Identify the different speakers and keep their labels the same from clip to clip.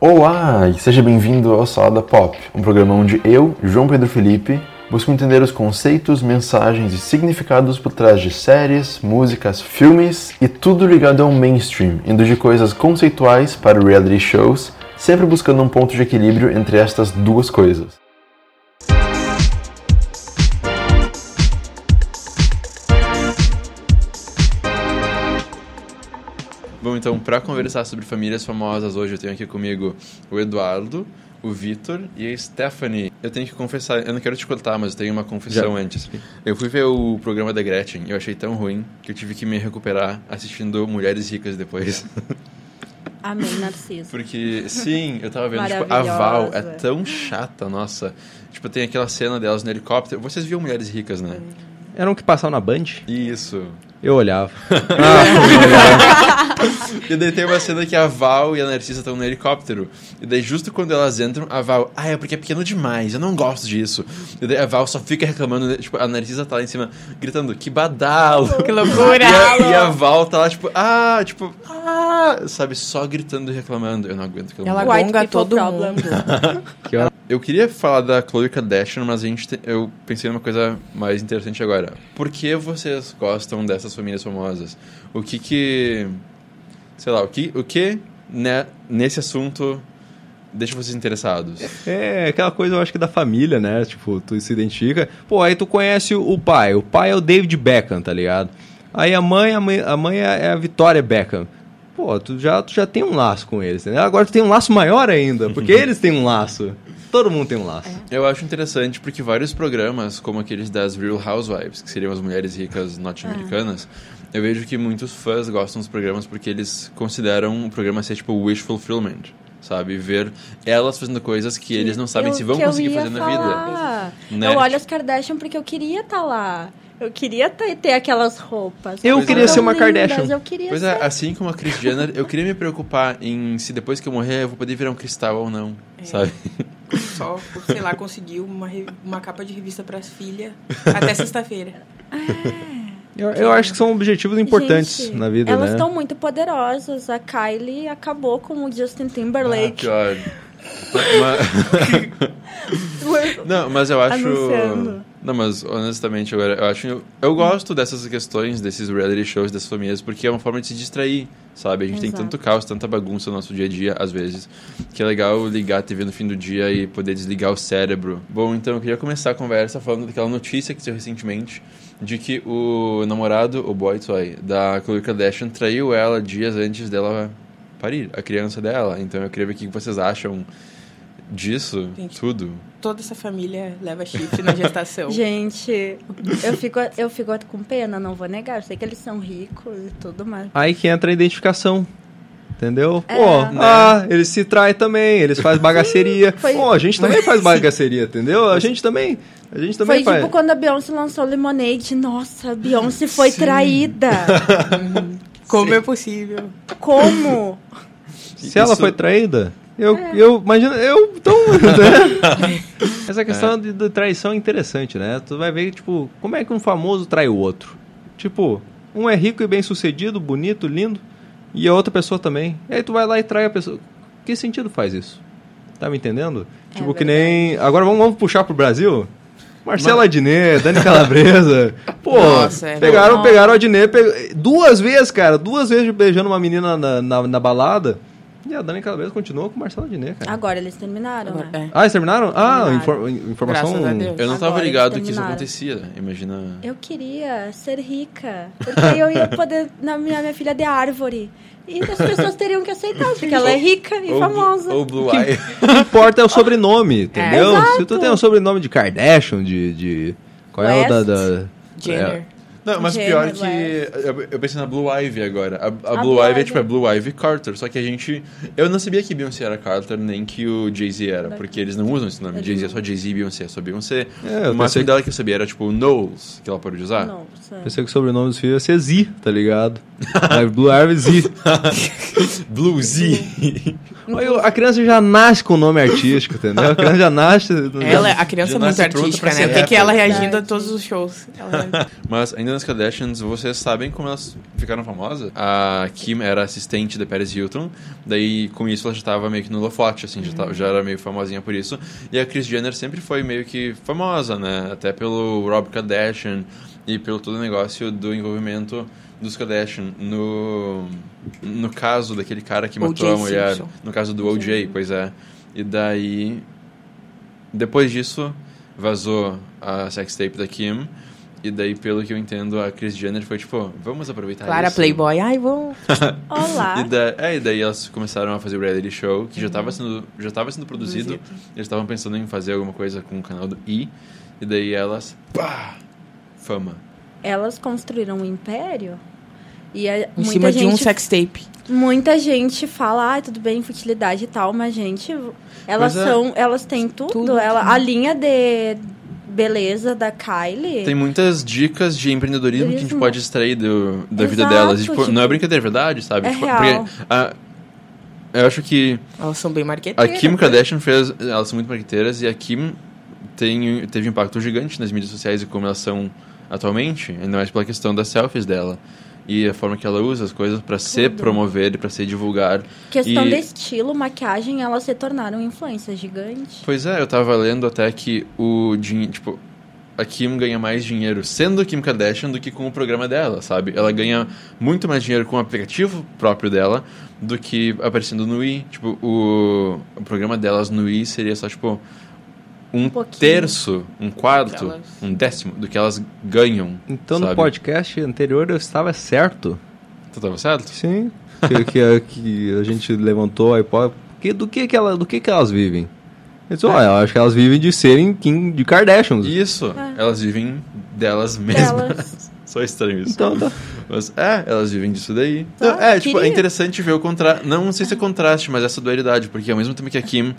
Speaker 1: Olá e seja bem-vindo ao Salada Pop, um programa onde eu, João Pedro Felipe, busco entender os conceitos, mensagens e significados por trás de séries, músicas, filmes e tudo ligado ao mainstream, indo de coisas conceituais para reality shows, sempre buscando um ponto de equilíbrio entre estas duas coisas. Bom, então, para conversar sobre famílias famosas hoje, eu tenho aqui comigo o Eduardo, o Vitor e a Stephanie. Eu tenho que confessar, eu não quero te contar, mas eu tenho uma confissão
Speaker 2: Já.
Speaker 1: antes. Eu fui ver o programa da Gretchen e eu achei tão ruim que eu tive que me recuperar assistindo Mulheres Ricas depois.
Speaker 3: Amém, Narciso.
Speaker 1: Porque, sim, eu tava vendo, tipo, a Val é
Speaker 3: Maravilhosa.
Speaker 1: tão chata, nossa. Tipo, tem aquela cena delas no helicóptero. Vocês viram Mulheres Ricas, né?
Speaker 2: Era um que passava na Band?
Speaker 1: Isso.
Speaker 2: Eu olhava.
Speaker 1: E daí tem uma cena que a Val e a Narcisa estão no helicóptero. E daí, justo quando elas entram, a Val, ah, é porque é pequeno demais, eu não gosto disso. E daí a Val só fica reclamando, né? tipo, a Narcisa tá lá em cima gritando, que badalo.
Speaker 3: Que
Speaker 1: E
Speaker 3: loucura!
Speaker 1: a, e a Val tá lá, tipo, ah, tipo, ah, sabe, só gritando e reclamando. Eu não aguento aquela
Speaker 4: Ela
Speaker 1: mulher.
Speaker 3: White
Speaker 4: gonga
Speaker 3: people
Speaker 4: todo
Speaker 3: problem.
Speaker 4: mundo.
Speaker 1: Eu queria falar da Khloe Kardashian, mas a gente te- eu pensei numa coisa mais interessante agora. Por que vocês gostam dessas famílias famosas? O que que sei lá, o que o que né, nesse assunto deixa vocês interessados?
Speaker 2: É, aquela coisa eu acho que da família, né? Tipo, tu se identifica. Pô, aí tu conhece o pai. O pai é o David Beckham, tá ligado? Aí a mãe, a mãe, a mãe é é a Vitória Beckham. Pô, tu já, tu já tem um laço com eles, entendeu? Agora tu tem um laço maior ainda, porque eles têm um laço. Todo mundo tem um laço.
Speaker 3: É.
Speaker 1: Eu acho interessante porque vários programas, como aqueles das Real Housewives, que seriam as mulheres ricas norte-americanas, eu vejo que muitos fãs gostam dos programas porque eles consideram o programa ser tipo wish fulfillment, sabe? Ver elas fazendo coisas que, eles não sabem
Speaker 3: Eu-
Speaker 1: se vão
Speaker 3: é que eu
Speaker 1: conseguir
Speaker 3: ia
Speaker 1: fazer na vida.
Speaker 3: falar.
Speaker 1: Né?
Speaker 3: Eu olho as Kardashian porque eu queria estar lá. Eu queria ter, ter aquelas roupas.
Speaker 2: Eu
Speaker 3: São
Speaker 1: queria
Speaker 3: tão
Speaker 2: ser uma
Speaker 3: lindas,
Speaker 2: Kardashian.
Speaker 3: Eu queria
Speaker 1: Pois
Speaker 3: ser.
Speaker 1: é, assim como a Kris Jenner, eu queria me preocupar em se depois que eu morrer eu vou poder virar um cristal ou não,
Speaker 3: É.
Speaker 1: sabe?
Speaker 4: Só, por, sei lá, conseguiu uma, re- uma capa de revista pras filhas até sexta-feira.
Speaker 2: Eu, eu acho que são
Speaker 1: é
Speaker 2: objetivos importantes
Speaker 3: Gente,
Speaker 2: na vida,
Speaker 3: Elas
Speaker 2: né?
Speaker 3: estão muito poderosas. A Kylie acabou com o Justin
Speaker 1: Ah,
Speaker 3: Timberlake.
Speaker 1: pior. Mas- Não, mas eu acho.
Speaker 3: Anunciando.
Speaker 1: Não, mas honestamente, agora, eu acho. Eu, eu gosto dessas questões, desses reality shows, dessas famílias, porque é uma forma de se distrair, sabe? A gente tem
Speaker 3: Exato.
Speaker 1: tanto caos, tanta bagunça no nosso dia a dia, às vezes, que é legal ligar a TV no fim do dia e poder desligar o cérebro. Bom, então eu queria começar a conversa falando daquela notícia que saiu recentemente de que o namorado, o boy toy, da Khloe Kardashian traiu ela dias antes dela parir, a criança dela. Então eu queria ver o que vocês acham disso,
Speaker 4: Gente.
Speaker 1: tudo.
Speaker 4: Toda essa família leva chifre na gestação.
Speaker 3: Gente, eu fico, eu fico com pena, não vou negar. Eu sei que eles são ricos e tudo mais.
Speaker 2: Aí que entra a identificação. Entendeu?
Speaker 3: É.
Speaker 2: Pô, ah, eles se traem também, eles fazem bagaceria.
Speaker 3: foi-
Speaker 2: Pô, a gente também faz bagaceria, entendeu? A gente também. A gente também
Speaker 3: Foi
Speaker 2: faz.
Speaker 3: tipo quando a Beyoncé lançou Lemonade. Nossa, a Beyoncé foi
Speaker 2: Sim.
Speaker 3: traída.
Speaker 4: Como é possível?
Speaker 3: Como?
Speaker 2: Se ela
Speaker 1: Isso-
Speaker 2: foi traída, eu,
Speaker 4: É.
Speaker 2: eu imagino. Eu. Então. né? Essa questão de, de traição é interessante, né? Tu vai ver, tipo, como é que um famoso trai o outro? Tipo, um é rico e bem sucedido, bonito, lindo, e a outra pessoa também. E aí tu vai lá e trai a pessoa. Que sentido faz isso? Tá me entendendo?
Speaker 4: É
Speaker 2: tipo, que nem. Agora vamos, vamos puxar pro Brasil? Marcela Adnet, Dani Calabresa. Pô,
Speaker 4: Nossa, é.
Speaker 2: pegaram, pegaram o Adnet pe- duas vezes, cara. Duas vezes beijando uma menina na, na, na balada. E a Dani Calabresa continuou com o Marcelo Adnet,
Speaker 4: Ah.
Speaker 2: cara.
Speaker 3: Agora eles terminaram, né?
Speaker 4: É. Agora, é.
Speaker 2: Ah, eles terminaram? Ah,
Speaker 3: Terminaram.
Speaker 2: infor- in- informação.
Speaker 4: Graças a Deus.
Speaker 1: um. Eu não tava
Speaker 3: Agora
Speaker 1: ligado
Speaker 3: eles
Speaker 1: que isso
Speaker 3: terminaram.
Speaker 1: acontecia. Imagina.
Speaker 3: Eu queria ser rica, porque eu ia poder nomear minha filha de árvore. E as pessoas teriam que aceitar, porque ela é rica e
Speaker 1: Ou-
Speaker 3: famosa.
Speaker 1: Ou Blue Eye.
Speaker 2: O que importa é o sobrenome, entendeu?
Speaker 3: exato.
Speaker 2: Se tu tem o sobrenome de Kardashian, de. de qual é o da. da-
Speaker 4: Jenner.
Speaker 1: Não, mas
Speaker 3: Jenner,
Speaker 1: pior que.
Speaker 3: Blair.
Speaker 1: Eu, eu pensei na Blue Ivy agora. A, a Blue,
Speaker 3: Blue
Speaker 1: Ivy é
Speaker 3: Ivy.
Speaker 1: tipo a Blue Ivy Carter. Só que a gente. Eu não sabia que Beyoncé era Carter, nem que o Jay-Z era, porque eles não usam esse nome.
Speaker 3: Eles
Speaker 1: Jay-Z é
Speaker 3: não.
Speaker 1: só Jay-Z e Beyoncé, é só Beyoncé.
Speaker 2: É, eu
Speaker 1: o máximo
Speaker 2: pensei-
Speaker 1: dela que eu sabia era tipo o Knowles, que ela parou de usar.
Speaker 3: Nossa.
Speaker 2: Pensei que o sobrenome dos filhos ia ser Z, tá ligado? Aí Blue Ivy Z.
Speaker 1: Blue Z.
Speaker 2: Aí eu- a criança já nasce com o nome artístico, entendeu? A criança já nasce.
Speaker 4: Ela, a criança
Speaker 1: Já
Speaker 4: é muito
Speaker 1: nasce pronta
Speaker 4: artística,
Speaker 1: pra
Speaker 4: né?
Speaker 1: ser
Speaker 4: Porque que
Speaker 1: rapper.
Speaker 4: ela é reagindo a todos os shows. Ela-
Speaker 1: mas ainda nas Kardashians, vocês sabem como elas ficaram famosas? A Kim era assistente da Paris Hilton, daí com isso ela já tava meio que no lofote, assim, já, tava- já era meio famosinha por isso. E a Kris Jenner sempre foi meio que famosa, né? Até pelo Rob Kardashian e pelo todo o negócio do envolvimento dos Kardashian no no caso daquele cara que
Speaker 4: O.J.
Speaker 1: matou a mulher,
Speaker 4: Simpson.
Speaker 1: no caso do OJ, pois é. E daí depois disso, vazou a sextape da Kim. E daí, pelo que eu entendo, a Kris Jenner foi tipo, vamos aproveitar
Speaker 4: Clara
Speaker 1: isso.
Speaker 4: Playboy. Ai, vamos.
Speaker 3: Olá.
Speaker 1: E, da, é, e daí elas começaram a fazer o reality show, que já tava sendo, já tava sendo produzido. Eles estavam pensando em fazer alguma coisa com o canal do I. E daí elas, pá, fama.
Speaker 3: Elas construíram um império. E a-
Speaker 4: Em
Speaker 3: muita
Speaker 4: cima
Speaker 3: gente,
Speaker 4: de um sextape.
Speaker 3: Muita gente fala, ah, tudo bem, futilidade e tal, mas, gente, elas
Speaker 1: Mas é-
Speaker 3: são. Elas têm tudo.
Speaker 4: Tudo,
Speaker 3: ela,
Speaker 4: tudo.
Speaker 3: A linha de beleza da Kylie.
Speaker 1: Tem muitas dicas de empreendedorismo que a gente
Speaker 3: Turismo.
Speaker 1: pode extrair do, da vida
Speaker 3: Exato,
Speaker 1: delas. E, tipo,
Speaker 3: tipo,
Speaker 1: não é brincadeira, é verdade, sabe?
Speaker 3: é
Speaker 1: Tipo,
Speaker 3: real.
Speaker 1: porque a- eu acho que
Speaker 4: Elas são bem
Speaker 1: A
Speaker 4: marqueteiras.
Speaker 1: Kim Kardashian fez. Elas são muito marqueteiras e a Kim tem, teve um impacto gigante nas mídias sociais e como elas são atualmente, ainda mais pela questão das selfies dela. E a forma que ela usa as coisas pra se promover e pra se divulgar.
Speaker 3: Questão
Speaker 1: e-
Speaker 3: de estilo, maquiagem, elas se tornaram influência gigante.
Speaker 1: Pois é, eu tava lendo até que o dinheiro. Tipo, a Kim ganha mais dinheiro sendo Kim Kardashian do que com o programa dela, sabe? Ela ganha muito mais dinheiro com o aplicativo próprio dela do que aparecendo no i. Tipo, o, o programa delas no i seria só, tipo, um,
Speaker 3: pouquinho.
Speaker 1: terço, um quarto,
Speaker 4: Elas-
Speaker 1: um décimo do que elas ganham.
Speaker 2: Então
Speaker 1: Sabe?
Speaker 2: no podcast anterior eu estava certo.
Speaker 1: Então tava certo?
Speaker 2: Sim. Que, que, que a gente levantou a hipótese. Que, do que, que ela, do que, que elas vivem? Eu disse, "Ó, eu acho que elas vivem de serem Kim de Kardashians.
Speaker 1: É. Isso,
Speaker 3: É.
Speaker 1: elas vivem delas mesmas.
Speaker 3: Elas.
Speaker 1: Só estranho isso.
Speaker 2: Então tá.
Speaker 1: Mas, é, elas vivem disso daí.
Speaker 3: Tá,
Speaker 1: Não, é, tipo, é
Speaker 3: queria.
Speaker 1: interessante ver o contraste. Não sei se é contraste, mas essa dualidade, porque ao mesmo tempo que a Kim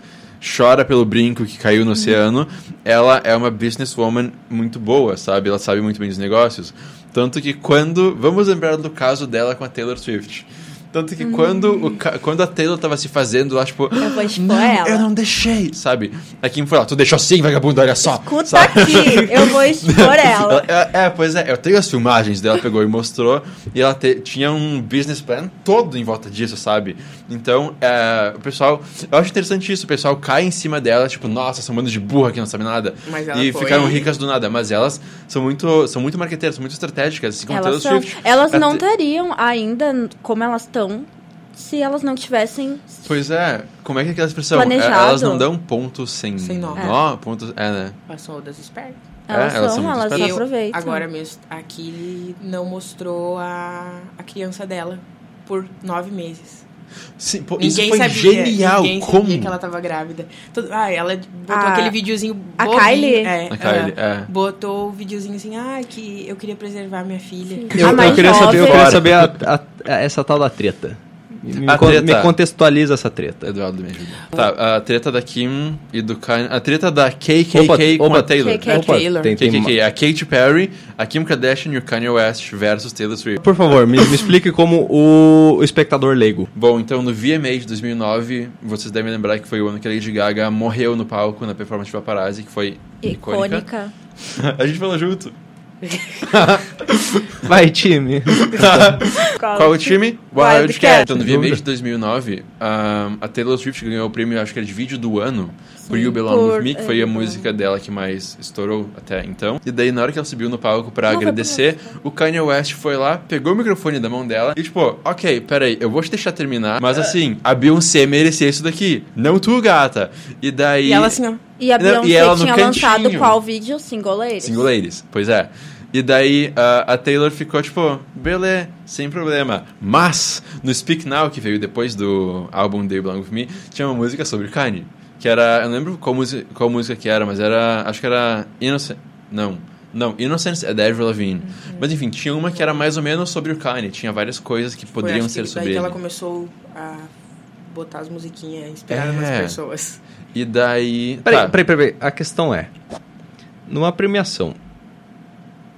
Speaker 1: chora pelo brinco que caiu no oceano, ela é uma businesswoman muito boa, sabe? Ela sabe muito bem dos negócios. Tanto que quando. Vamos lembrar do caso dela com a Taylor Swift. Tanto que quando, o ca- quando a Taylor tava se fazendo lá, tipo.
Speaker 3: Eu vou expor
Speaker 1: Não,
Speaker 3: é ela.
Speaker 1: eu não deixei, sabe? A Kim foi lá, tu deixou assim, vagabundo, olha só.
Speaker 3: Escuta
Speaker 1: sabe?
Speaker 3: aqui, eu vou expor ela.
Speaker 1: Ela- É, é, pois é, eu tenho as filmagens dela, pegou e mostrou, e ela te- tinha um business plan todo em volta disso, sabe? Então, é, o pessoal, eu acho interessante isso, o pessoal cai em cima dela, tipo, nossa, são bandos de burra que não sabe nada,
Speaker 4: Mas ela
Speaker 1: e
Speaker 4: foi-
Speaker 1: ficaram ricas do nada, mas elas são muito, são muito marqueteiras, são muito estratégicas, assim, como a Taylor
Speaker 3: Elas, são-
Speaker 1: Swift.
Speaker 3: elas não
Speaker 1: Até-
Speaker 3: teriam ainda como elas estão se elas não tivessem.
Speaker 1: Pois é, como é que é aquela expressão? É,
Speaker 3: Planejado.
Speaker 1: elas não dão ponto sem,
Speaker 4: Sem nó.
Speaker 1: nó ponto, é, né?
Speaker 4: Passou das espertas.
Speaker 3: Elas
Speaker 1: É, elas são
Speaker 3: são,
Speaker 1: muito
Speaker 3: elas
Speaker 1: espertas.
Speaker 3: só
Speaker 4: Eu,
Speaker 3: aproveitam.
Speaker 4: Agora mesmo, aqui não mostrou a, a criança dela por nove meses.
Speaker 1: Sim, pô, isso
Speaker 4: Ninguém
Speaker 1: foi
Speaker 4: sabia.
Speaker 1: genial,
Speaker 4: ninguém
Speaker 1: como?
Speaker 4: sabia que ela tava grávida. Tudo- ah, ela botou
Speaker 3: A-
Speaker 4: aquele videozinho
Speaker 3: a
Speaker 4: bobinho,
Speaker 3: Kylie?
Speaker 4: É,
Speaker 1: A Kylie,
Speaker 4: é.
Speaker 1: é.
Speaker 4: Botou o videozinho assim, ah, que eu queria preservar minha filha.
Speaker 3: Eu- A eu mais
Speaker 2: queria saber, eu
Speaker 3: jovem.
Speaker 2: queria saber a- a- a- essa tal da treta. Me,
Speaker 1: A
Speaker 2: con-
Speaker 1: treta.
Speaker 2: me contextualiza essa treta.
Speaker 1: Eduardo me ajuda. Tá, a treta da Kim e do Kanye. A treta da KKK
Speaker 2: Opa,
Speaker 1: com
Speaker 2: opa.
Speaker 1: a Taylor.
Speaker 3: KKK.
Speaker 4: Taylor.
Speaker 2: tem, tem
Speaker 1: KKK, a Katy Perry, a Kim Kardashian e o Kanye West versus Taylor Swift.
Speaker 2: Por favor, me, me explique como o espectador leigo.
Speaker 1: Bom, então no VMA de 2009, vocês devem lembrar que foi o ano que a Lady Gaga morreu no palco na performance de Paparazzi, que foi icônica.
Speaker 3: Icônica.
Speaker 1: a gente falou junto.
Speaker 2: Vai, time.
Speaker 1: Qual é o time? Wildcat.
Speaker 3: Wildcat.
Speaker 1: Então, no VMA de 2009, a, a Taylor Swift ganhou o prêmio, acho que era de vídeo do ano, por You Belong
Speaker 3: por-
Speaker 1: With Me, que foi
Speaker 3: é,
Speaker 1: a música dela que mais estourou até então. E daí, na hora que ela subiu no palco pra
Speaker 3: Não, foi
Speaker 1: agradecer, o Kanye West foi lá, pegou o microfone da mão dela e tipo, ok, peraí, eu vou te deixar terminar, mas assim, a Beyoncé merecia isso daqui, não tu, gata. E daí...
Speaker 4: E ela assim, ó.
Speaker 3: E a
Speaker 1: Não, e
Speaker 3: Beyoncé
Speaker 1: ela no
Speaker 3: tinha lançado
Speaker 1: cantinho.
Speaker 3: qual vídeo? Single Ladies.
Speaker 1: Single Ladies, pois é. E daí a, a Taylor ficou tipo, beleza, sem problema. Mas, no Speak Now, que veio depois do álbum They Belong With Me, tinha uma música sobre Kanye. Que era, eu não lembro qual música, qual música que era, mas era, acho que era Innocent, não. Não, Innocence é da Avril Lavigne.
Speaker 4: Uhum.
Speaker 1: Mas enfim, tinha uma que era mais ou menos sobre o Kanye. Tinha várias coisas que
Speaker 4: Foi,
Speaker 1: poderiam
Speaker 4: Tipo, acho
Speaker 1: ser
Speaker 4: que
Speaker 1: sobre
Speaker 4: daí que
Speaker 1: ele.
Speaker 4: ela começou a botar as musiquinhas inspiradas
Speaker 1: É.
Speaker 4: nas pessoas.
Speaker 1: E daí...
Speaker 2: Peraí,
Speaker 1: tá.
Speaker 2: peraí, peraí, peraí. A questão é: numa premiação,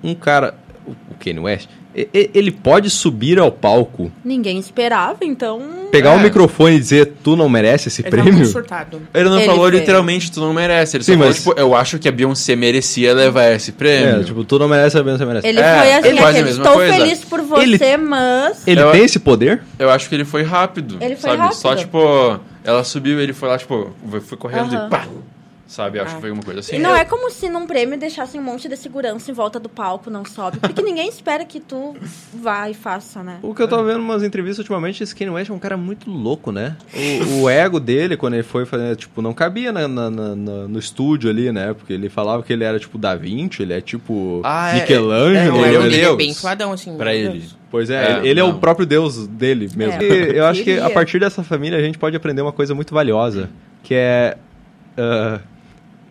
Speaker 2: um cara, o o Kanye West, e- e- ele pode subir ao palco,
Speaker 3: Ninguém esperava, então.
Speaker 2: pegar
Speaker 1: É.
Speaker 2: o microfone e dizer tu não merece esse
Speaker 4: Ele tá tava muito
Speaker 2: prêmio?
Speaker 4: surtado.
Speaker 1: Ele não
Speaker 3: Ele
Speaker 1: falou
Speaker 3: fez.
Speaker 1: literalmente, tu não merece. Ele só
Speaker 2: Sim,
Speaker 1: falou,
Speaker 2: mas-
Speaker 1: tipo, eu acho que a Beyoncé merecia levar esse prêmio.
Speaker 2: É, tipo, tu não merece, a Beyoncé merece.
Speaker 3: Ele
Speaker 1: É,
Speaker 3: foi assim,
Speaker 1: ele faz a
Speaker 3: aquele,
Speaker 1: mesma
Speaker 3: estou
Speaker 1: coisa.
Speaker 3: feliz por você,
Speaker 2: Ele-
Speaker 3: mas.
Speaker 2: Ele
Speaker 1: Eu-
Speaker 2: tem esse poder?
Speaker 1: Eu acho que ele foi rápido.
Speaker 3: Ele foi
Speaker 1: sabe?
Speaker 3: rápido.
Speaker 1: Só, tipo, ela subiu ele foi lá, tipo, foi correndo
Speaker 3: Aham.
Speaker 1: e pá! Sabe? Acho
Speaker 4: Ah.
Speaker 1: que foi alguma coisa assim.
Speaker 3: Não é como se num prêmio deixassem um monte de segurança em volta do palco, não sobe. Porque ninguém espera que tu vá e faça, né?
Speaker 2: O que eu tô vendo umas entrevistas ultimamente, esse Kanye West é um cara muito louco, né? O, o ego dele, quando ele foi fazer, tipo, não cabia na- na- na- na- no estúdio ali, né? Porque ele falava que ele era, tipo, Da Vinci, ele é tipo
Speaker 1: Ah, é- é,
Speaker 2: Michelangelo.
Speaker 1: Não,
Speaker 2: ele
Speaker 1: é o
Speaker 2: é
Speaker 4: ele é
Speaker 1: Deus.
Speaker 4: bem suadão, assim.
Speaker 1: Pra
Speaker 4: meu
Speaker 1: ele.
Speaker 4: Deus.
Speaker 2: Pois é,
Speaker 1: É,
Speaker 2: ele, ele é
Speaker 1: não.
Speaker 2: o próprio deus dele mesmo.
Speaker 3: É.
Speaker 2: E eu acho que a
Speaker 3: Queria.
Speaker 2: partir dessa família a gente pode aprender uma coisa muito valiosa, que é ah,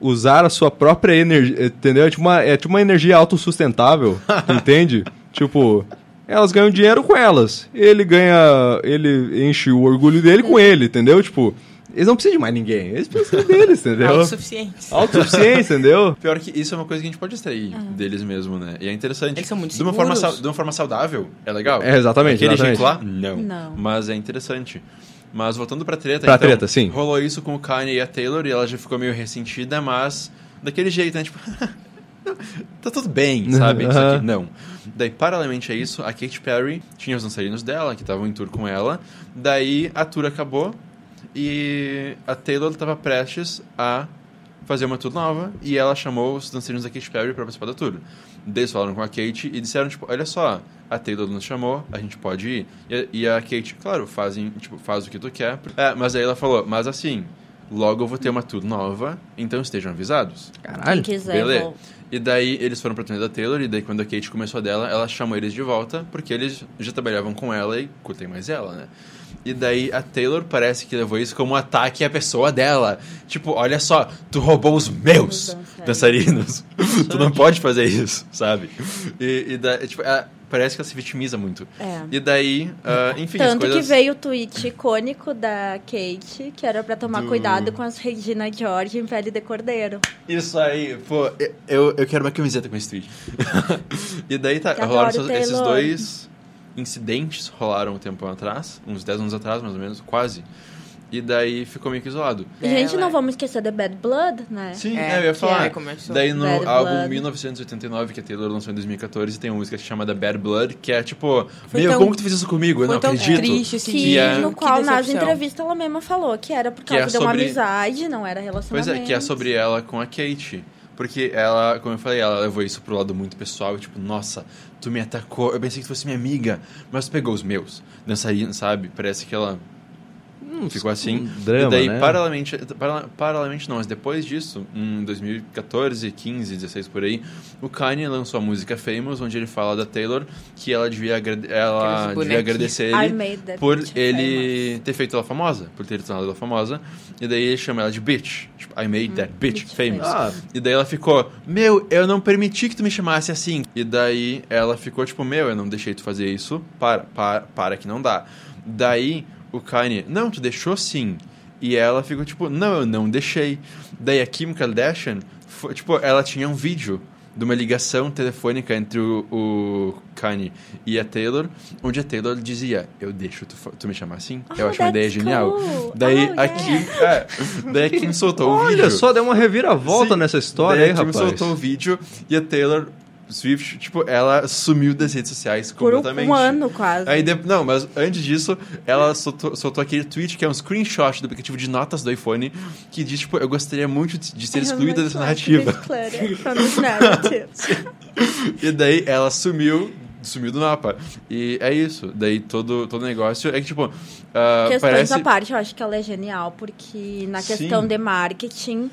Speaker 2: usar a sua própria energia, entendeu? É tipo uma, é tipo uma energia autossustentável, entende? Tipo, elas ganham dinheiro com elas. Ele ganha, ele enche o orgulho dele
Speaker 3: Hum.
Speaker 2: com ele, entendeu? Tipo, eles não precisam de mais ninguém, eles precisam deles, entendeu?
Speaker 4: Autossuficientes.
Speaker 2: Autossuficiência, entendeu?
Speaker 1: Pior que isso é uma coisa que a gente pode
Speaker 3: Ah.
Speaker 1: extrair deles mesmo, né? E é interessante.
Speaker 4: Eles são muito
Speaker 1: de uma forma
Speaker 4: seguros.
Speaker 1: sau- De uma forma saudável, é legal.
Speaker 2: É, exatamente,
Speaker 1: Aquele
Speaker 2: exatamente.
Speaker 1: jeito lá, não.
Speaker 3: Não.
Speaker 1: Mas é interessante. Mas voltando pra treta,
Speaker 2: Pra
Speaker 1: então,
Speaker 2: treta, sim.
Speaker 1: rolou isso com o Kanye e a Taylor e ela já ficou meio ressentida, mas daquele jeito, né? Tipo, tá tudo bem, sabe? Isso
Speaker 2: Aham.
Speaker 1: aqui não. Daí, paralelamente a isso, a Katy Perry tinha os dançarinos dela, que estavam em tour com ela. Daí, a tour acabou e a Taylor tava prestes a fazer uma tour nova e ela chamou os dançarinos da Katy Perry pra participar da tour. Daí eles falaram com a Kate e disseram, tipo, olha só, a Taylor nos chamou, a gente pode ir. E, a- e a Kate, claro, fazem, tipo, faz o que tu quer. É, mas aí ela falou, mas assim, logo eu vou ter uma tour nova, então estejam avisados.
Speaker 3: Quem
Speaker 2: Caralho.
Speaker 3: quiser.
Speaker 1: Beleza.
Speaker 3: vou.
Speaker 1: E daí eles foram pra turnê da Taylor, e daí quando a Kate começou a dela, ela chamou eles de volta, porque eles já trabalhavam com ela e curtem mais ela, né? E daí a Taylor parece que levou isso como um ataque à pessoa dela. Tipo, olha só, tu roubou os meus
Speaker 3: Os é." Uhum.
Speaker 1: dançarinos. tu não pode fazer isso, sabe? E, e daí, tipo, ela- parece que ela se vitimiza muito.
Speaker 3: É.
Speaker 1: E daí, ah, enfim, as
Speaker 3: Tanto
Speaker 1: coisas...
Speaker 3: que veio o tweet icônico da Kate, que era pra tomar
Speaker 1: Do-
Speaker 3: cuidado com as Regina George em pele de cordeiro.
Speaker 1: Isso aí, pô, eu, eu quero uma camiseta com esse tweet. e daí tá,
Speaker 3: Adoro,
Speaker 1: rolaram esses, esses
Speaker 3: Taylor.
Speaker 1: dois incidentes, rolaram um tempo atrás, uns 10 anos atrás, mais ou menos, quase. E daí ficou meio que isolado.
Speaker 3: Gente,
Speaker 4: Ela-
Speaker 3: não vamos esquecer de Bad Blood, né?
Speaker 1: É, Sim,
Speaker 4: É,
Speaker 1: é, eu ia
Speaker 4: que
Speaker 1: falar.
Speaker 4: aí começou.
Speaker 1: daí no
Speaker 3: Bad
Speaker 1: álbum
Speaker 3: Blood.
Speaker 1: 1989, que a Taylor lançou em 2014, tem uma música chamada Bad Blood, que é tipo,
Speaker 4: Foi
Speaker 1: meu,
Speaker 4: tão-
Speaker 1: como que tu fez isso comigo? Eu
Speaker 4: Foi
Speaker 1: não
Speaker 4: tão
Speaker 1: acredito.
Speaker 4: triste esse
Speaker 3: Que,
Speaker 1: Que é-
Speaker 4: dia.
Speaker 3: no
Speaker 4: Que
Speaker 3: qual nas
Speaker 4: decepção.
Speaker 3: entrevistas ela mesma falou que era por
Speaker 1: Que é
Speaker 3: causa de uma
Speaker 1: sobre-
Speaker 3: amizade, não era relacionamento.
Speaker 1: Pois é, que é sobre ela com a Kate. Porque ela, como eu falei, ela levou isso pro lado muito pessoal, tipo, nossa, tu me atacou, eu pensei que tu fosse minha amiga, mas tu pegou os meus. Dançarina, sabe? Parece que ela ficou assim.
Speaker 2: um drama,
Speaker 1: e daí,
Speaker 2: né?
Speaker 1: paralelamente, para- paralelamente não, mas depois disso, em 2014, 15, 16 por aí, o Kanye lançou a música Famous, onde ele fala da Taylor que ela devia, agrade-
Speaker 4: Aqueles
Speaker 1: ela devia
Speaker 4: bonequinhos.
Speaker 1: agradecer
Speaker 3: I
Speaker 1: ele
Speaker 3: made that
Speaker 1: por
Speaker 3: bitch
Speaker 1: ele ter feito ela famosa, por ter tornado ela famosa. E daí ele chama ela de bitch. Tipo, I made that bitch
Speaker 3: bitch
Speaker 1: famous.
Speaker 2: Ah,
Speaker 1: E daí ela ficou, meu, eu não permiti que tu me chamasse assim. E daí ela ficou tipo, meu, eu não deixei tu fazer isso, para, para, para que não dá. Daí o Kanye, não, tu deixou sim. E ela ficou tipo, não, eu não deixei. Daí a Kim Kardashian, foi- tipo, ela tinha um vídeo de uma ligação telefônica entre o, o Kanye e a Taylor, onde a Taylor dizia, eu deixo tu, fa- tu me chamar assim?
Speaker 3: famous.
Speaker 1: eu
Speaker 3: Oh,
Speaker 1: acho uma ideia
Speaker 3: that's
Speaker 1: genial.
Speaker 3: cool.
Speaker 1: Daí
Speaker 3: Oh,
Speaker 1: a
Speaker 3: yeah.
Speaker 1: Kim, é, daí a Kim soltou o vídeo.
Speaker 2: Olha só, deu uma reviravolta
Speaker 1: Sim.
Speaker 2: nessa história
Speaker 1: Daí
Speaker 2: aí,
Speaker 1: a Kim
Speaker 2: rapaz.
Speaker 1: Né, soltou o vídeo e a Taylor Swift, tipo, ela sumiu das redes sociais
Speaker 3: Por
Speaker 1: completamente.
Speaker 3: um ano quase.
Speaker 1: Aí de- Não, mas antes disso, ela soltou, soltou aquele tweet que é um screenshot do aplicativo de notas do iPhone que diz, tipo, eu gostaria muito de de é ser excluída dessa narrativa. E daí ela sumiu, sumiu do mapa. E é isso. Daí todo todo negócio é que, tipo, ah,
Speaker 3: Questões
Speaker 1: parece...
Speaker 3: à parte, eu acho que ela é genial, porque na
Speaker 1: Sim.
Speaker 3: questão de marketing,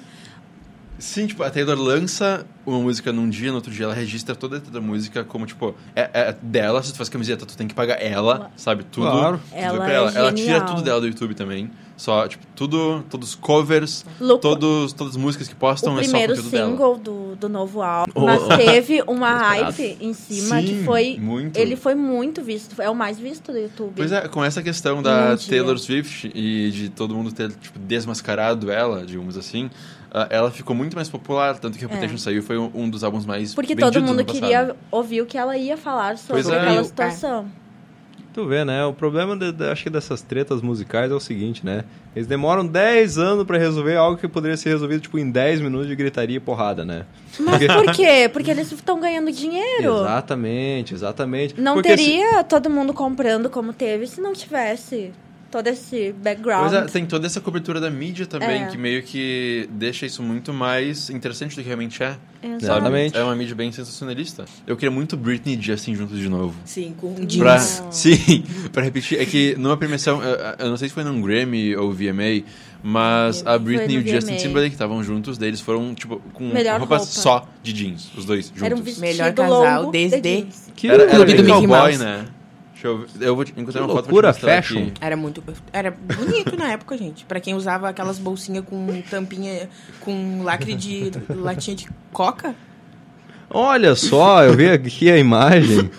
Speaker 1: Sim, tipo, a Taylor lança uma música num dia, no outro dia ela registra toda a música como, tipo, é, é dela, se tu faz camiseta, tu tem que pagar ela, sabe? Tudo,
Speaker 2: Claro.
Speaker 1: tudo
Speaker 3: Ela
Speaker 1: pra
Speaker 3: é
Speaker 1: ela. Ela tira
Speaker 3: genial.
Speaker 1: tudo dela do YouTube também. Só, tipo, tudo, todos os covers,
Speaker 3: Lu-
Speaker 1: todos, todas as músicas que postam
Speaker 3: o
Speaker 1: é só
Speaker 3: primeiro
Speaker 1: conteúdo dela.
Speaker 3: single do, do novo álbum,
Speaker 1: Oh.
Speaker 3: mas teve uma hype em cima que
Speaker 1: Sim,
Speaker 3: foi.
Speaker 1: muito.
Speaker 3: Ele foi muito visto, é o mais visto do YouTube.
Speaker 1: Pois é, com essa questão da
Speaker 3: Num dia.
Speaker 1: Taylor Swift e de todo mundo ter tipo, desmascarado ela, digamos assim, ah, ela ficou muito mais popular, tanto que Reputation saiu foi um um dos álbuns mais
Speaker 3: É. Porque
Speaker 1: vendidos
Speaker 3: todo mundo
Speaker 1: no passado.
Speaker 3: queria ouvir o que ela ia falar sobre
Speaker 1: Pois é.
Speaker 3: aquela
Speaker 1: É.
Speaker 3: situação.
Speaker 2: Tu vê, né? O problema, de- de- acho que dessas tretas musicais é o seguinte, né? Eles demoram 10 anos pra resolver algo que poderia ser resolvido, tipo, em 10 minutos de gritaria e porrada, né?
Speaker 3: Mas por quê? Porque eles estão ganhando dinheiro.
Speaker 2: Exatamente, exatamente.
Speaker 3: Não
Speaker 2: Porque se-
Speaker 3: teria todo mundo comprando como teve se não tivesse todo esse background.
Speaker 1: Pois é, tem toda essa cobertura da mídia também,
Speaker 3: É.
Speaker 1: que meio que deixa isso muito mais interessante do que realmente é. sabe?
Speaker 3: Exato.
Speaker 2: Exatamente.
Speaker 1: É uma mídia bem sensacionalista. Eu queria muito Britney e Justin juntos de novo.
Speaker 4: Sim, com
Speaker 1: Pra,
Speaker 4: jeans.
Speaker 1: sim, pra repetir, é que numa premiação, eu, eu não sei se foi num Grammy ou VMA, mas a Britney e
Speaker 3: no
Speaker 1: o Justin
Speaker 3: VMA.
Speaker 1: Timberlake estavam juntos, daí eles foram, tipo, com
Speaker 3: Melhor
Speaker 1: roupa,
Speaker 3: roupa.
Speaker 1: só de jeans, os dois juntos.
Speaker 3: Era um vestido
Speaker 4: Melhor casal
Speaker 3: longo
Speaker 4: desde-
Speaker 3: de jeans.
Speaker 2: Que
Speaker 1: Era, era
Speaker 2: loucura,
Speaker 1: bem
Speaker 4: Mickey
Speaker 2: hein?
Speaker 1: cowboy,
Speaker 4: Mouse.
Speaker 1: né? Deixa eu ver, eu vou te encontrar
Speaker 2: Que
Speaker 1: uma foto pra te
Speaker 2: loucura,
Speaker 1: mostrar
Speaker 2: fashion.
Speaker 1: aqui.
Speaker 4: Era muito. Era bonito na época, gente. Pra quem usava aquelas bolsinhas com tampinha, com lacre de latinha de coca.
Speaker 2: Olha só, eu vi aqui a imagem.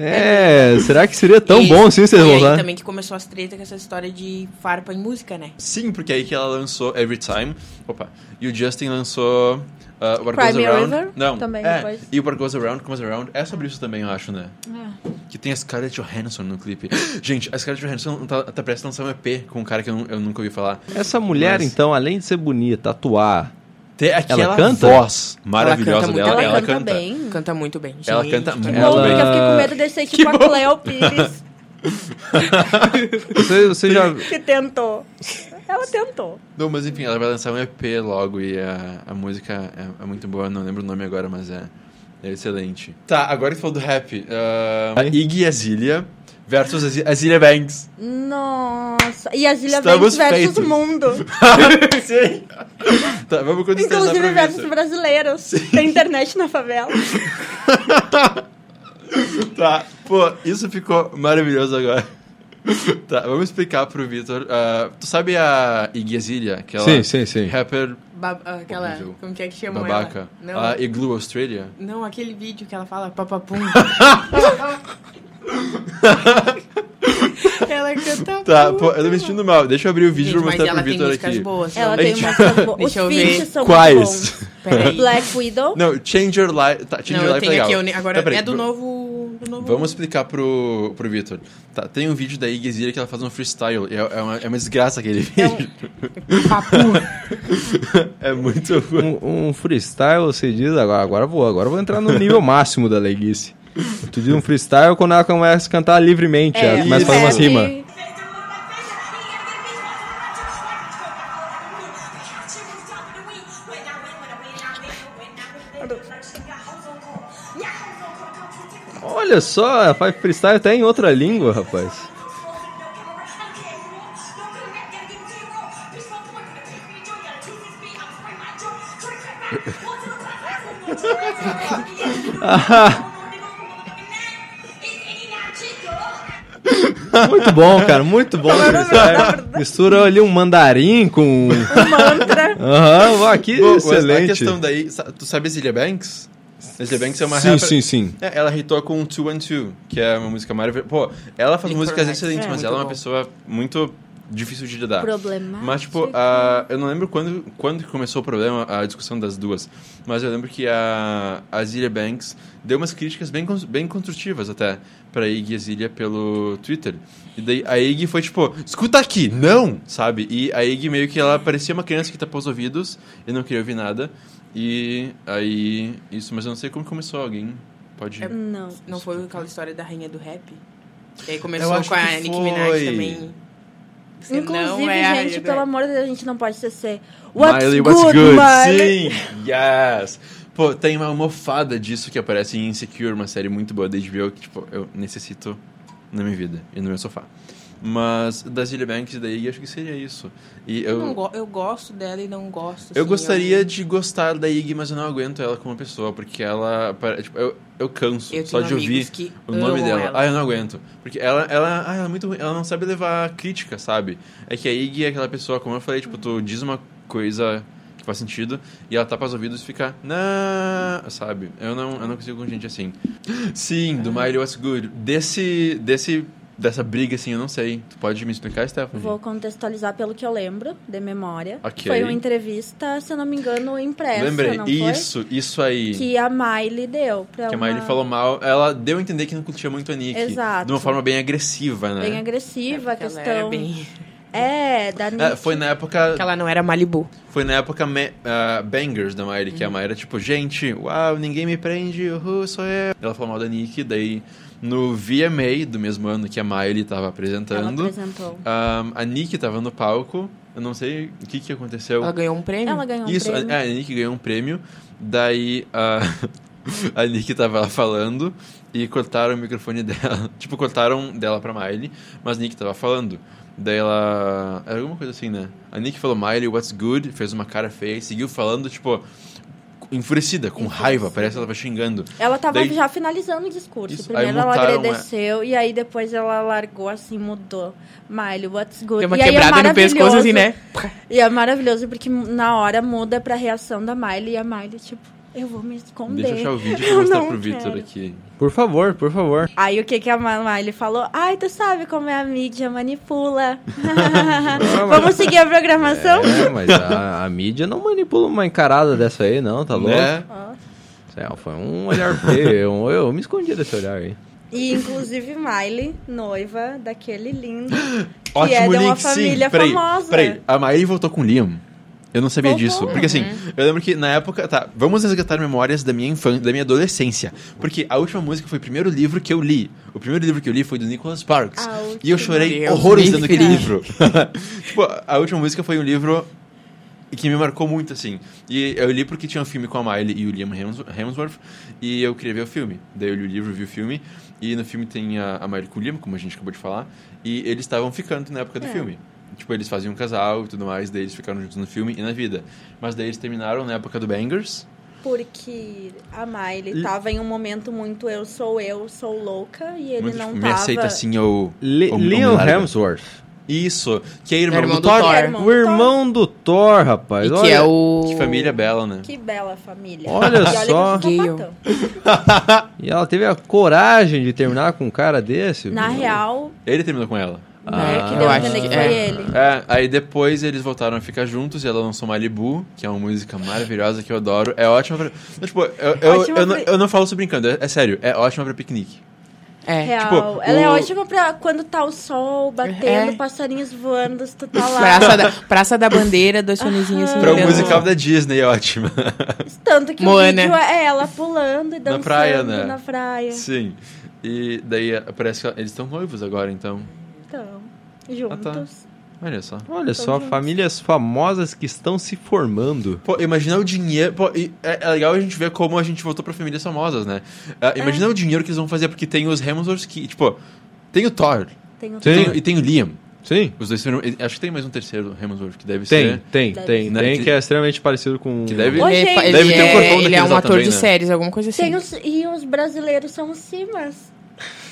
Speaker 2: É, será que seria tão bom assim vocês
Speaker 4: E
Speaker 2: vão
Speaker 4: aí
Speaker 2: usar?
Speaker 4: também que começou as tretas com essa história de farpa em música, né?
Speaker 1: Sim, porque é aí que ela lançou Every Time. Opa. E o Justin lançou uh, What
Speaker 3: Cry Me
Speaker 1: Goes Around.
Speaker 3: River,
Speaker 1: Não.
Speaker 3: também
Speaker 1: é,
Speaker 3: depois.
Speaker 1: E o What Goes Around, Comes Around. É sobre isso também, eu acho, né?
Speaker 3: Ah,
Speaker 1: Que tem a Scarlett Johansson no clipe. Gente, a Scarlett Johansson tá, tá prestes a lançar um EP com um cara que eu, nu- eu nunca ouvi falar.
Speaker 2: Essa mulher,
Speaker 1: Mas-
Speaker 2: então, além de ser bonita, atuar,
Speaker 1: Tem aquela
Speaker 2: canta?
Speaker 1: voz maravilhosa
Speaker 4: muito.
Speaker 1: dela.
Speaker 3: ela, é
Speaker 1: Ela,
Speaker 3: canta, bem.
Speaker 4: Canta muito bem.
Speaker 1: Hum. Ela
Speaker 4: Gente,
Speaker 1: canta
Speaker 4: que
Speaker 1: muito
Speaker 3: Que
Speaker 4: bom.
Speaker 3: bom,
Speaker 2: Ela-
Speaker 3: porque eu fiquei com medo de ser tipo a Cleo Pires
Speaker 2: Você- você já
Speaker 3: que tentou. Ela tentou.
Speaker 1: Não, mas enfim, ela vai lançar um EP logo e a, a música é, é muito boa. Não lembro o nome agora, mas é, é excelente. Tá, agora que falou do rap. ah, Iggy Azalea versus Azi- Azealia Banks.
Speaker 3: Nossa. E a Zilia
Speaker 1: Estamos
Speaker 3: Banks versus
Speaker 1: feitos.
Speaker 3: o mundo.
Speaker 1: Sim. Tá, vamos contestar essa
Speaker 3: Inclusive versus
Speaker 1: premissa.
Speaker 3: brasileiros. Tem internet na favela.
Speaker 1: Tá, pô, isso ficou maravilhoso agora. Tá, vamos explicar pro Vitor. Ah, tu sabe a Iggy Azalea, aquela
Speaker 2: Sim, sim, sim.
Speaker 1: rapper
Speaker 4: Ba- aquela.
Speaker 1: Horrível.
Speaker 4: Como que é que chamou
Speaker 1: babaca? Ah,
Speaker 4: ela? Não.
Speaker 1: A Igloo Australia?
Speaker 4: Não, aquele vídeo que ela fala papapum. ela canta.
Speaker 1: Tá,
Speaker 4: muito
Speaker 1: pô, eu tô me
Speaker 4: bom.
Speaker 1: sentindo mal. Deixa eu abrir o vídeo
Speaker 4: Gente,
Speaker 1: pra
Speaker 4: mas
Speaker 1: mostrar
Speaker 4: ela
Speaker 1: pro
Speaker 4: tem
Speaker 1: Vitor
Speaker 4: músicas
Speaker 1: aqui.
Speaker 4: boas.
Speaker 3: Ela
Speaker 4: né?
Speaker 3: tem uma música boa. Os
Speaker 4: Deixa eu ver.
Speaker 3: feats são muito
Speaker 1: Quais?
Speaker 4: Peraí.
Speaker 3: bons. Black Widow.
Speaker 1: Não, Change Your Life. Tá, Change
Speaker 4: Não,
Speaker 1: Your
Speaker 4: eu
Speaker 1: Life
Speaker 4: tenho
Speaker 1: é legal.
Speaker 4: aqui. eu ne- Agora
Speaker 1: Tá, peraí,
Speaker 4: é do
Speaker 1: v-
Speaker 4: novo, do novo.
Speaker 1: Vamos explicar pro, pro Vitor. Tá, tem um vídeo da Iggy Azalea que ela faz um freestyle. e É, é uma, é uma desgraça aquele
Speaker 4: um
Speaker 1: vídeo.
Speaker 4: Papu.
Speaker 1: É muito ruim.
Speaker 2: um, um freestyle, você diz, agora, agora vou, agora vou entrar no nível máximo da leiguice. Tu diz um freestyle quando ela começa a cantar livremente,
Speaker 3: É,
Speaker 1: é,
Speaker 2: ela começa a fazer umas
Speaker 1: Isso.
Speaker 2: rimas. Olha só, ela faz freestyle até em outra língua, rapaz. Muito bom, cara, muito bom o freestyle. Mistura ali um mandarim com...
Speaker 3: Um mantra.
Speaker 2: Aham, ó, que
Speaker 1: Bom, mas A
Speaker 2: excelente.
Speaker 1: questão daí, sa- tu sabe Zilia Banks? Zilia Banks é uma
Speaker 2: sim,
Speaker 1: rapper-
Speaker 2: sim, sim.
Speaker 1: É, ela hitou com Two and Two, que é uma música maravilhosa. Pô, ela faz
Speaker 4: E
Speaker 1: músicas
Speaker 4: Correct.
Speaker 1: excelentes,
Speaker 4: É,
Speaker 1: mas
Speaker 4: muito
Speaker 1: ela é uma
Speaker 4: bom.
Speaker 1: pessoa muito difícil de lidar.
Speaker 3: Problemática.
Speaker 1: Mas, tipo, a- eu não lembro quando, quando que começou o problema, a discussão das duas. Mas eu lembro que a, a Zilia Banks deu umas críticas bem, cons- bem construtivas até pra Iggy Azalea pelo Twitter. E daí a Iggy foi tipo, escuta aqui, não! Sabe? E a Iggy meio que ela parecia uma criança que tapou os ouvidos e não queria ouvir nada. E aí, isso, mas eu não sei como começou alguém. Pode.
Speaker 3: Não.
Speaker 4: Não foi aquela história da rainha do rap? E aí começou
Speaker 1: Eu acho
Speaker 4: com a
Speaker 1: que
Speaker 4: Nicki
Speaker 1: foi.
Speaker 4: Minaj também. Você não
Speaker 3: Inclusive,
Speaker 4: é a rainha
Speaker 3: gente,
Speaker 4: do
Speaker 3: pelo
Speaker 4: rap.
Speaker 3: amor de Deus, a gente não pode esquecer. What's
Speaker 1: Miley,
Speaker 3: good,
Speaker 1: what's good?
Speaker 3: Miley?
Speaker 1: Sim! Yes! Pô, tem uma mofada disso que aparece em Insecure, uma série muito boa da HBO que, tipo, eu necessito na minha vida e no meu sofá. Mas das Gilly Banks daí, acho que seria isso. E eu,
Speaker 4: Eu, não go- eu gosto dela e não gosto.
Speaker 1: eu
Speaker 4: assim,
Speaker 1: gostaria de gostar da Iggy, mas eu não aguento ela como pessoa, porque ela. pare- Tipo, eu, eu canso
Speaker 4: Eu
Speaker 1: só
Speaker 4: tenho
Speaker 1: de ouvir
Speaker 4: amigos que
Speaker 1: o nome
Speaker 4: amam
Speaker 1: dela.
Speaker 4: ela.
Speaker 1: Ah, eu não aguento. Porque ela, ela, ah, ela é muito ruim. Ela não sabe levar crítica, sabe? É que a Iggy é aquela pessoa, como eu falei, tipo, tu diz uma coisa que faz sentido e ela tapa os ouvidos e fica, não, sabe? Eu não, eu não consigo com gente assim. Sim, do Mario What's Good. Desse, desse, dessa briga, assim, eu não sei. Tu pode me explicar, Stephanie?
Speaker 3: Vou contextualizar pelo que eu lembro, de memória.
Speaker 1: Uhum. Ok.
Speaker 3: Foi uma entrevista, se eu não me engano, impressa,
Speaker 1: Lembrei,
Speaker 3: não foi?
Speaker 1: isso, isso aí.
Speaker 3: Que a Miley deu. Pra
Speaker 1: Que a
Speaker 3: uma...
Speaker 1: Miley falou mal, ela deu a entender que não curtia muito a Nick.
Speaker 3: Exato.
Speaker 1: De uma forma bem agressiva, né?
Speaker 3: Bem
Speaker 4: É,
Speaker 3: agressiva a
Speaker 4: porque ela era
Speaker 3: questão.
Speaker 4: bem-
Speaker 3: É, da Nick.
Speaker 1: É, foi na época
Speaker 4: Que ela não era Malibu.
Speaker 1: Foi na época me- ah, Bangers da Miley,
Speaker 3: Uhum.
Speaker 1: que a Miley era tipo, gente, uau, ninguém me prende, uhul, sou eu. Ela falou mal da Nick, daí no VMA do mesmo ano que a Miley tava
Speaker 3: Ela
Speaker 1: apresentando,
Speaker 3: apresentou.
Speaker 1: ah, a Nick tava no palco, eu não sei o que que aconteceu.
Speaker 4: Ela ganhou um prêmio.
Speaker 3: Ela ganhou
Speaker 1: Isso,
Speaker 3: um
Speaker 1: a,
Speaker 3: prêmio.
Speaker 1: é, a Nick ganhou um prêmio, daí a, a Nick tava lá falando e cortaram o microfone dela. Tipo, cortaram dela pra Miley, mas a Nick tava falando. Daí ela. Era alguma coisa assim, né? A Nick falou, Miley, what's good? Fez uma cara feia e seguiu falando, tipo, enfurecida, com raiva, parece que ela tava xingando.
Speaker 3: Ela tava
Speaker 1: Daí-
Speaker 3: já finalizando o discurso.
Speaker 1: Isso, aí
Speaker 3: Primeiro ela
Speaker 1: montaram é. uma-
Speaker 3: agradeceu e aí depois ela largou assim, mudou. Miley, what's good?
Speaker 4: Deu uma
Speaker 3: e aí
Speaker 4: quebrada
Speaker 3: é
Speaker 4: no pescoço, assim, né?
Speaker 3: E é maravilhoso porque na hora muda pra reação da Miley e a Miley, tipo, eu vou me esconder.
Speaker 1: Deixa eu achar o vídeo que eu
Speaker 3: Eu
Speaker 1: vou mostrar
Speaker 3: não
Speaker 1: pro Victor
Speaker 3: quero.
Speaker 1: aqui.
Speaker 2: Por favor, por favor.
Speaker 3: Aí o que que a Miley falou? Ai, tu sabe como é a mídia manipula. Vamos seguir a programação?
Speaker 2: É, mas a, a mídia não manipula uma encarada dessa aí, não, tá louco?
Speaker 1: Né?
Speaker 3: Ó.
Speaker 2: Céu, foi um olhar feio. Eu, eu me escondi desse olhar aí.
Speaker 3: E inclusive Miley, noiva daquele lindo.
Speaker 1: Ótimo
Speaker 3: é de uma
Speaker 1: link,
Speaker 3: família
Speaker 1: sim. Peraí,
Speaker 3: famosa.
Speaker 1: Peraí, a Maíra voltou com o Liam. Eu não sabia
Speaker 3: Voltou. Uhum.
Speaker 1: disso. Porque assim, eu lembro que na época. Tá, vamos resgatar memórias da minha infância, da minha adolescência. Porque a última música foi o primeiro livro que eu li. O primeiro livro que eu li foi do Nicholas Sparks.
Speaker 3: A
Speaker 1: E eu
Speaker 3: última. É.
Speaker 1: chorei
Speaker 4: Deus
Speaker 1: horrores
Speaker 4: me
Speaker 1: lendo aquele
Speaker 4: livre.
Speaker 1: livro. tipo, a última música foi um livro que me marcou muito, assim. E eu li porque tinha um filme com a Miley e o Liam Hems- Hemsworth, e eu queria ver o filme. Daí eu li o livro, vi o filme, e no filme tem a, a Miley com o Liam, como a gente acabou de falar, e eles estavam ficando na época do
Speaker 3: É.
Speaker 1: filme. Tipo, eles faziam um casal e tudo mais, daí eles ficaram juntos no filme e na vida. Mas daí eles terminaram na época do Bangers.
Speaker 3: Porque a Miley
Speaker 1: E-
Speaker 3: tava em um momento muito eu sou eu, sou louca, e ele
Speaker 1: muito,
Speaker 3: não
Speaker 1: tipo, me
Speaker 3: tava.
Speaker 1: aceita assim, eu...
Speaker 2: Le
Speaker 1: eu- eu me
Speaker 2: Leon
Speaker 1: largo.
Speaker 2: Hemsworth.
Speaker 1: Isso, que é irmão,
Speaker 4: Era irmão
Speaker 1: do
Speaker 4: do
Speaker 1: Thor.
Speaker 4: Thor.
Speaker 3: Era irmão
Speaker 2: O
Speaker 3: do
Speaker 2: irmão do Thor, rapaz.
Speaker 4: E que
Speaker 2: olha,
Speaker 4: é o.
Speaker 1: Que família bela, né?
Speaker 3: Thor. Que bela família.
Speaker 2: Olha
Speaker 3: e olha
Speaker 2: só.
Speaker 3: Que eu sou
Speaker 4: Gale.
Speaker 3: sapatão.
Speaker 2: E ela teve a coragem de terminar com um cara desse.
Speaker 3: Na real,
Speaker 1: Ele terminou com ela.
Speaker 3: né, que
Speaker 2: Ah,
Speaker 3: deu
Speaker 4: eu
Speaker 3: a
Speaker 4: acho
Speaker 3: entender que
Speaker 4: que-
Speaker 3: foi
Speaker 4: é.
Speaker 3: ele.
Speaker 1: É, aí depois eles voltaram a ficar juntos e ela lançou Malibu, que é uma música maravilhosa que eu adoro. É ótima pra. Não, Tipo, eu, eu,
Speaker 3: Ótima
Speaker 1: eu, não,
Speaker 3: pra-
Speaker 1: eu não falo isso brincando, é, é sério, é ótima pra piquenique.
Speaker 4: É.
Speaker 3: Real.
Speaker 1: tipo,
Speaker 3: Ela é
Speaker 1: o-
Speaker 3: ótima pra quando tá o sol batendo,
Speaker 4: É.
Speaker 3: passarinhos voando, se tu tá lá.
Speaker 4: Praça da, Praça da Bandeira, dois sonezinhos assim.
Speaker 1: Pra um
Speaker 4: olhando.
Speaker 1: musical da Disney, é ótima.
Speaker 3: Tanto que
Speaker 4: Moana.
Speaker 3: o vídeo é ela pulando e dançando
Speaker 1: praia, né?
Speaker 3: na praia.
Speaker 1: Sim. E daí é, parece que ela- eles estão noivos agora, então.
Speaker 3: Então, juntos.
Speaker 1: Ah, Olha só.
Speaker 2: Olha só, famílias famosas que estão se formando.
Speaker 1: Pô, imagina o dinheiro. Pô, e é, é legal a gente ver como a gente voltou pra famílias famosas, né? Ah, imagina o dinheiro que eles vão fazer, porque tem os Hemsworths que, tipo, tem o Thor
Speaker 3: Tem o
Speaker 2: Sim.
Speaker 1: tem- e tem o Liam.
Speaker 2: Sim.
Speaker 1: Os dois foram- Acho que tem mais um terceiro Hemsworth que deve
Speaker 2: Tem,
Speaker 1: ser.
Speaker 2: tem,
Speaker 3: Deve
Speaker 2: tem.
Speaker 3: ser.
Speaker 1: Né,
Speaker 2: Tem
Speaker 1: que-
Speaker 2: que é extremamente parecido com.
Speaker 1: Que deve-
Speaker 4: Ele, é,
Speaker 3: Ô, gente.
Speaker 4: ele,
Speaker 1: Deve ter um
Speaker 4: é,
Speaker 1: corpão
Speaker 4: ele é
Speaker 1: daqueles
Speaker 4: um
Speaker 1: lá
Speaker 4: ator
Speaker 1: também,
Speaker 4: de
Speaker 1: né?
Speaker 4: séries, alguma coisa assim.
Speaker 3: Tem os, e os brasileiros são os Simas.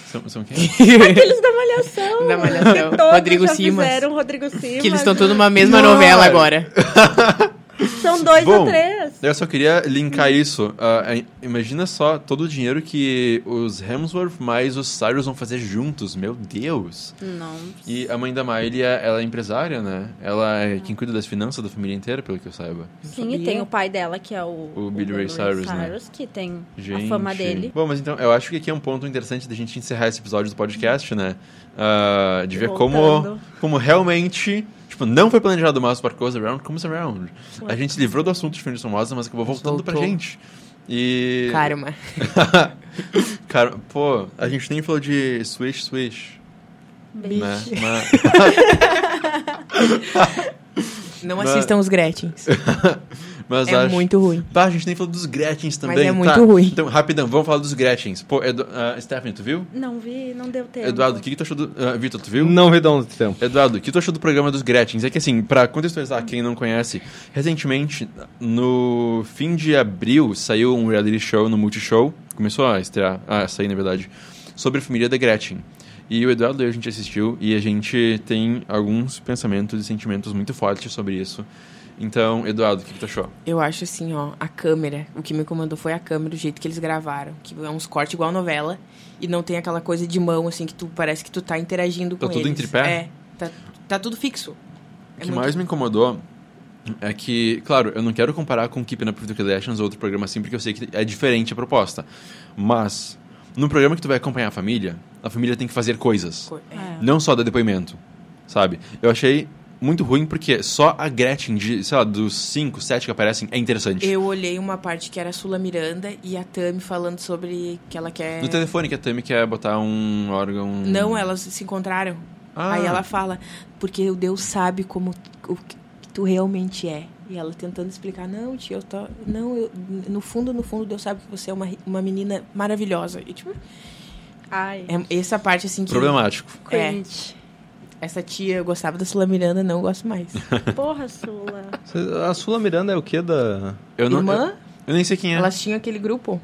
Speaker 1: São, são quem?
Speaker 3: Aqueles da Malhação.
Speaker 4: Da Malhação.
Speaker 3: Que todos
Speaker 4: Rodrigo
Speaker 3: já
Speaker 4: Simas.
Speaker 3: Fizeram Rodrigo Simas.
Speaker 4: Que eles estão todos numa mesma
Speaker 1: Não.
Speaker 4: novela agora.
Speaker 3: São dois
Speaker 1: Bom,
Speaker 3: ou três.
Speaker 1: Eu só queria
Speaker 3: Hum.
Speaker 1: linkar isso. Ah, é- imagina só todo o dinheiro que os Hemsworth mais os Cyrus vão fazer juntos. Meu Deus!
Speaker 3: Não.
Speaker 1: E a mãe da Miley, é- ela é empresária, né? Ela é quem cuida das finanças da família inteira, pelo que eu saiba.
Speaker 3: Sim, e tem o pai dela, que é o,
Speaker 1: O Billy Ray Cyrus, né?
Speaker 3: que tem
Speaker 1: Gente.
Speaker 3: a fama dele.
Speaker 1: Bom, mas então, eu acho que aqui é um ponto interessante da gente encerrar esse episódio do podcast, né? Ah, de ver como,
Speaker 3: Voltando.
Speaker 1: como realmente... Tipo, não foi planejado o Mouse Parkour Around Comes Around. A gente se livrou do assunto de filmes famosos, mas acabou voltando pra
Speaker 4: Voltou.
Speaker 1: gente. E...
Speaker 4: Karma.
Speaker 1: Cara, pô, a gente nem falou de Swish Swish,
Speaker 3: Beijo.
Speaker 1: né? Mas-
Speaker 4: Não
Speaker 1: Mas-
Speaker 4: assistam os Gretchens.
Speaker 1: Mas
Speaker 4: É
Speaker 1: acho...
Speaker 4: muito ruim.
Speaker 1: Bah, a gente nem falou dos Gretchens também.
Speaker 4: é
Speaker 1: tá?
Speaker 4: muito ruim.
Speaker 1: Então, rapidão, vamos falar dos Gretchens. Pô, Edu... ah, Stephanie, tu viu?
Speaker 3: Não vi, não deu tempo.
Speaker 1: Eduardo, o que, que tu achou do. ah, Vitor, tu viu?
Speaker 2: um Não vi de onde tempo.
Speaker 1: Eduardo, o que tu achou do programa dos Gretchens? É que assim, pra contextualizar quem não conhece, recentemente, no fim de abril, saiu um reality show no Multishow, começou a estrear, a sair na verdade, sobre a família da Gretchen. E o Eduardo e eu, a gente assistiu e a gente tem alguns pensamentos e sentimentos muito fortes sobre isso. Então, Eduardo, o que, que tu achou?
Speaker 4: Eu acho assim, ó, a câmera. O que me incomodou foi a câmera, o jeito que eles gravaram. Que é uns cortes igual novela. E não tem aquela coisa de mão, assim, que tu parece que tu tá interagindo
Speaker 1: Tá
Speaker 4: com
Speaker 1: tudo em
Speaker 4: eles.
Speaker 1: tripé?
Speaker 4: É, tá, tá tudo fixo.
Speaker 1: O
Speaker 4: É
Speaker 1: que
Speaker 4: muito-
Speaker 1: mais me incomodou é que, claro, eu não quero comparar com Keeping Up with the Kardashians ou outro programa assim, porque eu sei que é diferente a proposta. Mas, no programa que tu vai acompanhar a família, a família tem que fazer coisas.
Speaker 4: co- é.
Speaker 3: É.
Speaker 1: Não só dar depoimento, sabe? Eu achei muito ruim porque só a Gretchen, de, sei lá, dos 5, 7 que aparecem, é interessante.
Speaker 4: Eu olhei uma parte que era a Sula Miranda e a Tami falando sobre que ela quer.
Speaker 1: No telefone que a Tammy quer botar um órgão...
Speaker 4: Não, elas se encontraram.
Speaker 1: Ah.
Speaker 4: Aí ela fala, porque Deus sabe como tu- o que tu realmente é. E ela tentando explicar, não, tia, eu tô. Não, eu- no fundo, no fundo, Deus sabe que você é uma, ri- uma menina maravilhosa. E tipo,
Speaker 3: Ai,
Speaker 4: é essa parte assim que.
Speaker 1: Problemático.
Speaker 4: É,
Speaker 3: cringe.
Speaker 4: essa tia, eu gostava da Sula Miranda, não gosto mais.
Speaker 3: Porra, Sula.
Speaker 2: A Sula Miranda é o quê da.
Speaker 1: Eu não,
Speaker 4: Irmã?
Speaker 1: Eu, eu nem sei quem é.
Speaker 4: Elas tinham aquele grupo.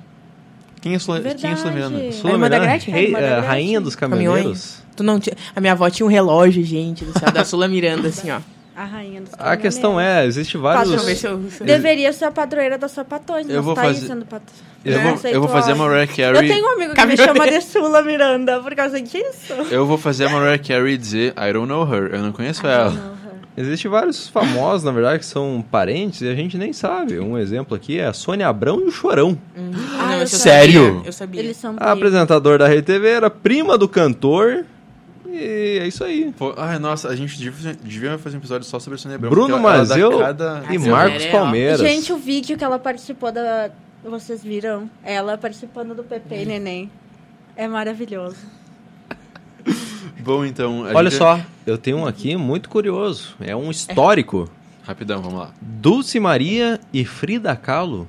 Speaker 1: Quem é Sula, quem é Sula Miranda?
Speaker 3: Verdade.
Speaker 2: Sula
Speaker 4: A irmã da
Speaker 2: Miranda?
Speaker 4: Gretchen?
Speaker 2: Rei-
Speaker 3: A irmã da
Speaker 2: é,
Speaker 3: Gretchen.
Speaker 2: rainha dos caminhoneiros?
Speaker 4: Tu não tinha. A minha avó tinha um relógio, gente, do céu, da Sula Miranda, assim, ó.
Speaker 3: A rainha dos
Speaker 2: A questão
Speaker 3: caminhoneiros.
Speaker 2: é, existe
Speaker 4: Deixa
Speaker 2: vários.
Speaker 4: eu ver se eu. se eu-
Speaker 3: Deveria ser a padroeira das sapatões,
Speaker 1: Eu
Speaker 3: mas
Speaker 1: vou
Speaker 3: tá aí
Speaker 1: fazer-
Speaker 3: sendo pat... Né,
Speaker 1: Eu vou, eu vou fazer a Mariah Carey...
Speaker 3: Eu tenho um amigo que me chama
Speaker 4: Caminhoneira.
Speaker 3: de Sula Miranda por causa disso.
Speaker 1: Eu vou fazer a Mariah Carey dizer I don't know her. Eu não conheço ela.
Speaker 2: Existe vários famosos, na verdade, que são parentes e a gente nem sabe. Um exemplo aqui é a Sônia Abrão e o Chorão.
Speaker 4: Ah, não,
Speaker 3: eu sabia.
Speaker 4: eu
Speaker 1: Sério?
Speaker 4: Sabia, eu sabia.
Speaker 3: Eles são
Speaker 1: Ah,
Speaker 2: A apresentador da RTV era prima do cantor. E é isso aí.
Speaker 1: Pô, ai, nossa, a gente devia, devia fazer um episódio só sobre a Sônia Abrão.
Speaker 2: Bruno
Speaker 1: porque ela- ela dá
Speaker 2: Mazzeo
Speaker 1: cada-
Speaker 2: E
Speaker 4: Ah,
Speaker 2: Marcos
Speaker 4: é, ó.
Speaker 2: Palmeiras.
Speaker 3: Gente, o vídeo que ela participou da. Vocês viram? Ela participando do Pepe e Neném. É maravilhoso.
Speaker 1: Bom, então... a
Speaker 2: Olha
Speaker 1: gente-
Speaker 2: só, eu tenho um aqui muito curioso. É um histórico.
Speaker 1: Rapidão, vamos lá.
Speaker 2: Dulce Maria e Frida Kahlo.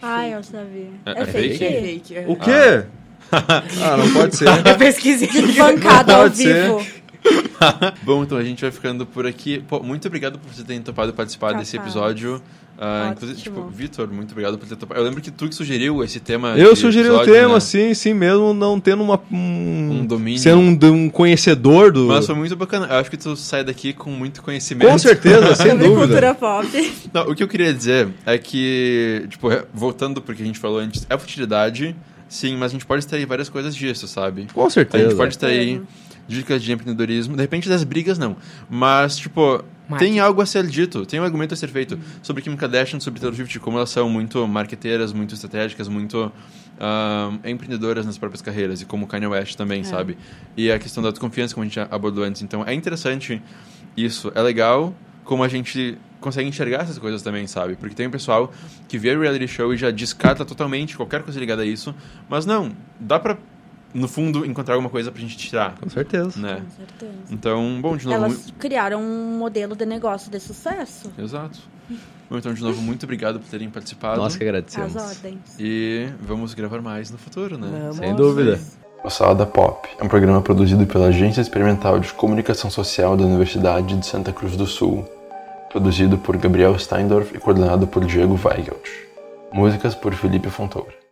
Speaker 3: Ai, eu sabia.
Speaker 1: É-
Speaker 3: É,
Speaker 1: é
Speaker 3: fake?
Speaker 4: É fake. é.
Speaker 2: O quê? ah não pode ser.
Speaker 4: Eu pesquisei.
Speaker 3: Bancada ao
Speaker 2: Pode ser.
Speaker 3: vivo.
Speaker 1: Bom, então a gente vai ficando por aqui. Pô, muito obrigado por você ter topado participar
Speaker 3: Capaz.
Speaker 1: desse episódio. Ah,
Speaker 3: Ótimo.
Speaker 1: inclusive, tipo, Vitor, muito obrigado por ter topado. Eu lembro que tu que sugeriu esse tema.
Speaker 2: Eu
Speaker 1: de
Speaker 2: sugeri o
Speaker 1: episódio,
Speaker 2: tema,
Speaker 1: né?
Speaker 2: sim, sim mesmo, não tendo uma, um,
Speaker 1: Um domínio.
Speaker 2: Sendo um, de um conhecedor do.
Speaker 1: Mas foi muito bacana. Eu acho que tu sai daqui com muito conhecimento.
Speaker 2: Com certeza, sem
Speaker 3: Sobre
Speaker 2: dúvida.
Speaker 3: cultura pop.
Speaker 1: Não, o que eu queria dizer é que, tipo, re- voltando pro que a gente falou antes, é futilidade, sim, mas a gente pode extrair várias coisas disso, sabe?
Speaker 2: Com
Speaker 1: A gente
Speaker 2: certeza.
Speaker 1: pode extrair dicas de empreendedorismo, de repente das brigas não, mas, tipo, tem
Speaker 4: Marketing.
Speaker 1: algo a ser dito, tem um argumento a ser feito sobre Kim Kardashian, sobre Taylor Swift, como elas são muito marqueteiras, muito estratégicas, muito ah, empreendedoras nas próprias carreiras, e como Kanye West também, sabe? E a questão da autoconfiança, como a gente abordou antes. Então, é interessante isso, é legal como a gente consegue enxergar essas coisas também, sabe? Porque tem um pessoal que vê reality show e já descarta totalmente qualquer coisa ligada a isso, mas não, dá pra, no fundo, encontrar alguma coisa pra gente tirar,
Speaker 2: Com certeza.
Speaker 1: né?
Speaker 3: Com certeza.
Speaker 1: Então, bom, de novo...
Speaker 3: Elas criaram um modelo de negócio de sucesso.
Speaker 1: Exato. Bom, então, de novo, muito obrigado por terem participado.
Speaker 2: Nós que
Speaker 3: As
Speaker 2: agradecemos.
Speaker 3: ordens.
Speaker 1: E vamos gravar mais no futuro, né?
Speaker 4: Vamos.
Speaker 2: Sem dúvida.
Speaker 1: O Salada Pop é um programa produzido pela Agência Experimental de Comunicação Social da Universidade de Santa Cruz do Sul, produzido por Gabriel Steindorf e coordenado por Diego Weigelt. Músicas por Felipe Fontoura.